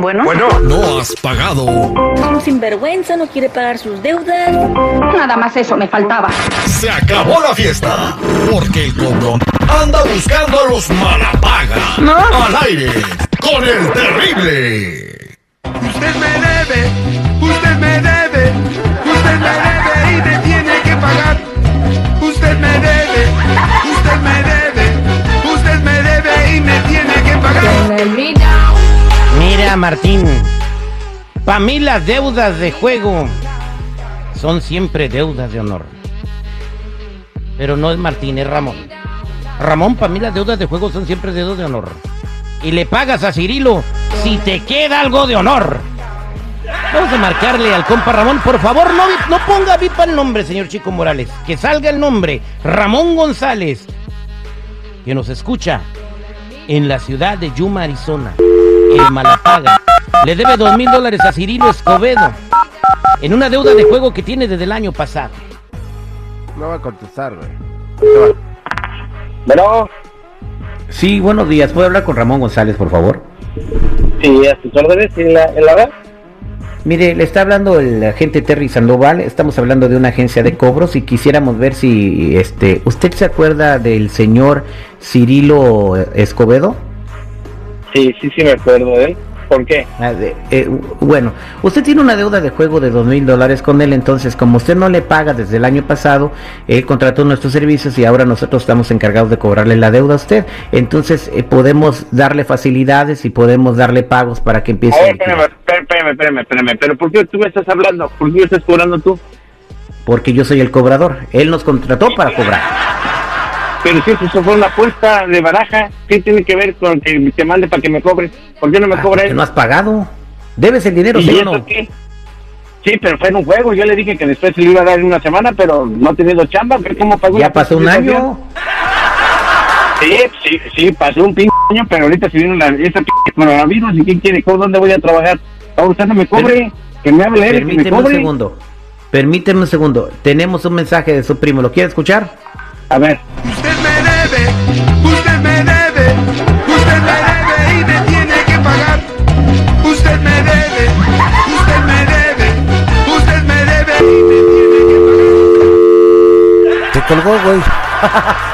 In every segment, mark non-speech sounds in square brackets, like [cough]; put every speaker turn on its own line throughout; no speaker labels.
Bueno.
Bueno.
No has pagado.
Un sinvergüenza no quiere pagar sus deudas.
Nada más eso me faltaba.
Se acabó la fiesta. Porque el cobrón anda buscando a los malapaga.
¿No?
Al aire. Con el terrible.
Usted me debe, usted me debe, usted me debe y me tiene que pagar. Usted me debe, usted me debe, usted me debe y me tiene que pagar.
Mira, Martín, para mí las deudas de juego son siempre deudas de honor. Pero no es Martín, es Ramón. Ramón, para mí las deudas de juego son siempre deudas de honor. Y le pagas a Cirilo si te queda algo de honor. Vamos a marcarle al compa Ramón. Por favor, no, vi- no ponga VIP el nombre, señor Chico Morales. Que salga el nombre, Ramón González, que nos escucha en la ciudad de Yuma, Arizona. El Malapaga. Le debe dos mil dólares a Cirilo Escobedo en una deuda de juego que tiene desde el año pasado.
No va a contestar, güey.
Bueno,
Sí, buenos días. ¿Puedo hablar con Ramón González, por favor?
sí, a sus órdenes, sí, en la, en la verdad.
Mire, le está hablando el agente Terry Sandoval. Estamos hablando de una agencia de cobros y quisiéramos ver si este usted se acuerda del señor Cirilo Escobedo.
Sí, sí, sí, me acuerdo de él. ¿Por qué?
Ah, de- eh, bueno, usted tiene una deuda de juego de dos mil dólares con él, entonces como usted no le paga desde el año pasado, él contrató nuestros servicios y ahora nosotros estamos encargados de cobrarle la deuda a usted. Entonces eh, podemos darle facilidades y podemos darle pagos para que empiece.
A
a
ver,
liquidar.
espérame, espérame, espérame, espérame, espérame, Pero ¿por qué tú me estás hablando? ¿Por qué me estás cobrando tú?
Porque yo soy el cobrador, él nos contrató para cobrar.
Pero si eso fue una apuesta de baraja, ¿qué tiene que ver con que te mande para que me cobres? ¿Por qué no me
Ah,
cobra
porque
él?
no has pagado. Debes el dinero,
¿Y
¿sí o
eso
no?
qué? Sí, pero fue en un juego. Yo le dije que después se lo iba a dar en una semana, pero no teniendo chamba. ¿qué- ¿Cómo pagó
Ya
una
pasó un
participación?
año.
Sí, sí, sí, pasó un pinche año, pero ahorita se vino la, esa pinche coronavirus y quién quiere, ¿Cómo- ¿dónde voy a trabajar? Ahora usted no me cobre, que me hable él, que me
Permíteme un
cobre.
segundo. Permíteme un segundo. Tenemos un mensaje de su primo. ¿Lo quiere escuchar?
A ver,
Usted me debe, usted me debe, usted me debe y me tiene que pagar. Usted me debe, usted me debe, usted me debe y me tiene que pagar.
Te colgó, güey.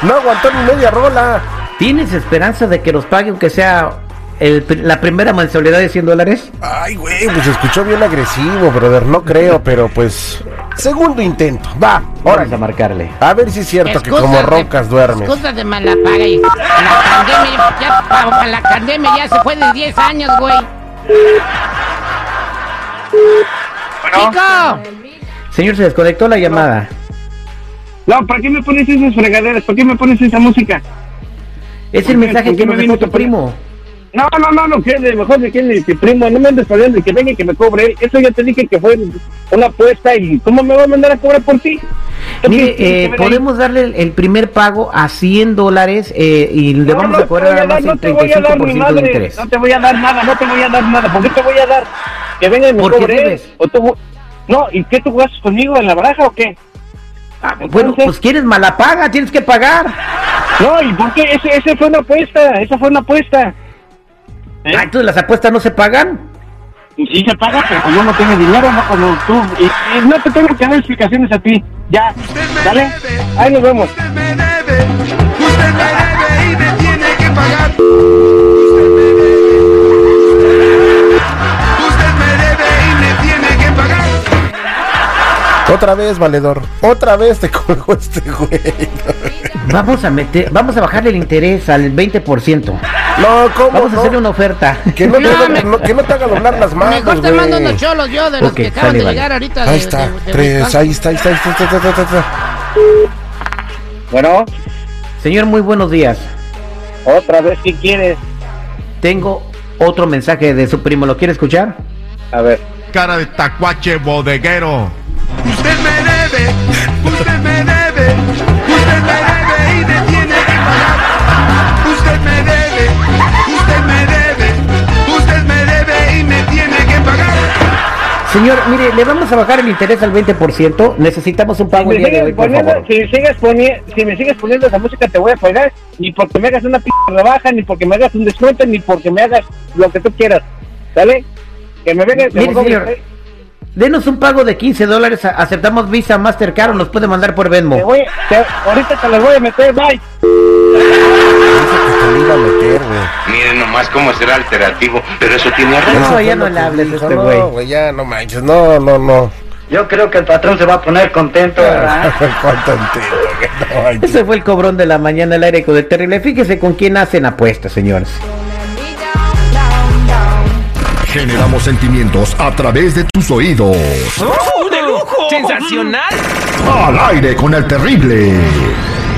no aguantó ni media rola.
¿Tienes esperanza de que nos pague aunque sea el pri- la primera mensualidad de 100 dólares?
Ay, güey, pues se escuchó bien agresivo, brother. No creo, pero pues. Segundo intento. Va,
Vamos a
órale.
marcarle.
A ver si es cierto que
Excusas
como
de-
roncas duermes.
Excusas de Malapaga y la pandemia, ya, pa- pa- la pandemia ya se fue de 10 años, güey. Chico,
Señor, se desconectó la llamada.
no, ¿para qué me pones esas fregaderas? ¿Para qué me pones esa música?
Es el
¿Por qué-
mensaje
por qué
que
me
nos
vino
dejó tu
tu pri-
primo.
No, no, no, no, que de- mejor de que ni que primo, no me andes pagando y que venga y que me cobre él. Eso ya te dije que fue una apuesta y ¿cómo me va a mandar a cobrar por ti? ¿Qué
Mire,
tienes que
eh,
ver ahí?
podemos darle el, el primer pago a 100 dólares eh, y le
No,
vamos
no
a cobrar
te
nada
voy
más el
a dar, no te voy a dar mi
35% de
madre,
interés.
No te voy a dar nada, no te voy a dar nada. ¿Por qué te voy a dar? Que venga y me
¿Por qué
cobre él,
debes?
o tú- No, ¿y qué tú juegas conmigo en la baraja o qué?
Ah, bueno,
Entonces-
pues quieres mala paga, tienes que pagar.
No, ¿y por qué? Ese, ese fue una apuesta, esa fue una apuesta. ¿Eh?
Ah, entonces las apuestas no se pagan.
Y sí se paga, pero cuando uno tiene dinero, no cuando tú... Y, y no te tengo que dar explicaciones a ti, ya. ¿Dale? Ahí nos vemos.
Usted me debe, usted me debe y me tiene que pagar. Usted me debe, usted me debe y me tiene que pagar.
Otra vez, valedor. Otra vez te colgó este güey.
Vamos a meter, vamos a bajarle el interés al 20%.
No, ¿cómo?
Vamos a
no?
hacerle una oferta.
Que no, te
No,
hagan-
me-
no- que no te haga doblar las manos.
mejor te
güey.
mando unos cholos yo de los
Ok,
que acaban
sale,
de
vale.
llegar ahorita. de-
Ahí está,
de- de
tres,
Wisconsin.
ahí está, ahí está, ahí está, ahí está, ahí está, ahí está.
Bueno,
Señor, muy buenos días.
otra vez, ¿qué quieres?
Tengo otro mensaje de su primo. ¿Lo quiere escuchar?
A ver.
Cara de tacuache bodeguero.
Usted me debe, usted me debe, usted me debe y me tiene que pagar. Usted me debe, usted me debe, usted me debe y me tiene que pagar.
Señor, mire, le vamos a bajar el interés al 20%. Necesitamos un
Si
pago
me,
el día de
sigues
hoy, por
poniendo,
favor.
si, sigues poni- si me sigues poniendo esa música te voy a pagar, ni porque me hagas una p rebaja, ni porque me hagas un descuento, ni porque me hagas lo que tú quieras. ¿Sale? Que me venga el
Mire,
segundo
señor,
mensaje.
Denos un pago de 15 dólares. a- Aceptamos Visa, Mastercard o nos puede mandar por
Te
Venmo.
voy, te- ahorita te las voy a meter, bye.
Dice que te lo iba a meter, güey.
Miren nomás cómo será alternativo, pero eso tiene
No,
Eso fue
ya
lo
no
que
le hables a
dijo.
este
No,
güey.
güey, ya no manches. No, no, no.
Yo creo que el patrón se va a poner contento,
[laughs] Cuánto entiendo, güey, no manches.
Ese fue el cobrón de la mañana al aire con el terrible. Fíjese con quién hacen apuestas, señores.
Generamos sentimientos a través de tus oídos.
¡Sensacional!
Al aire con el terrible.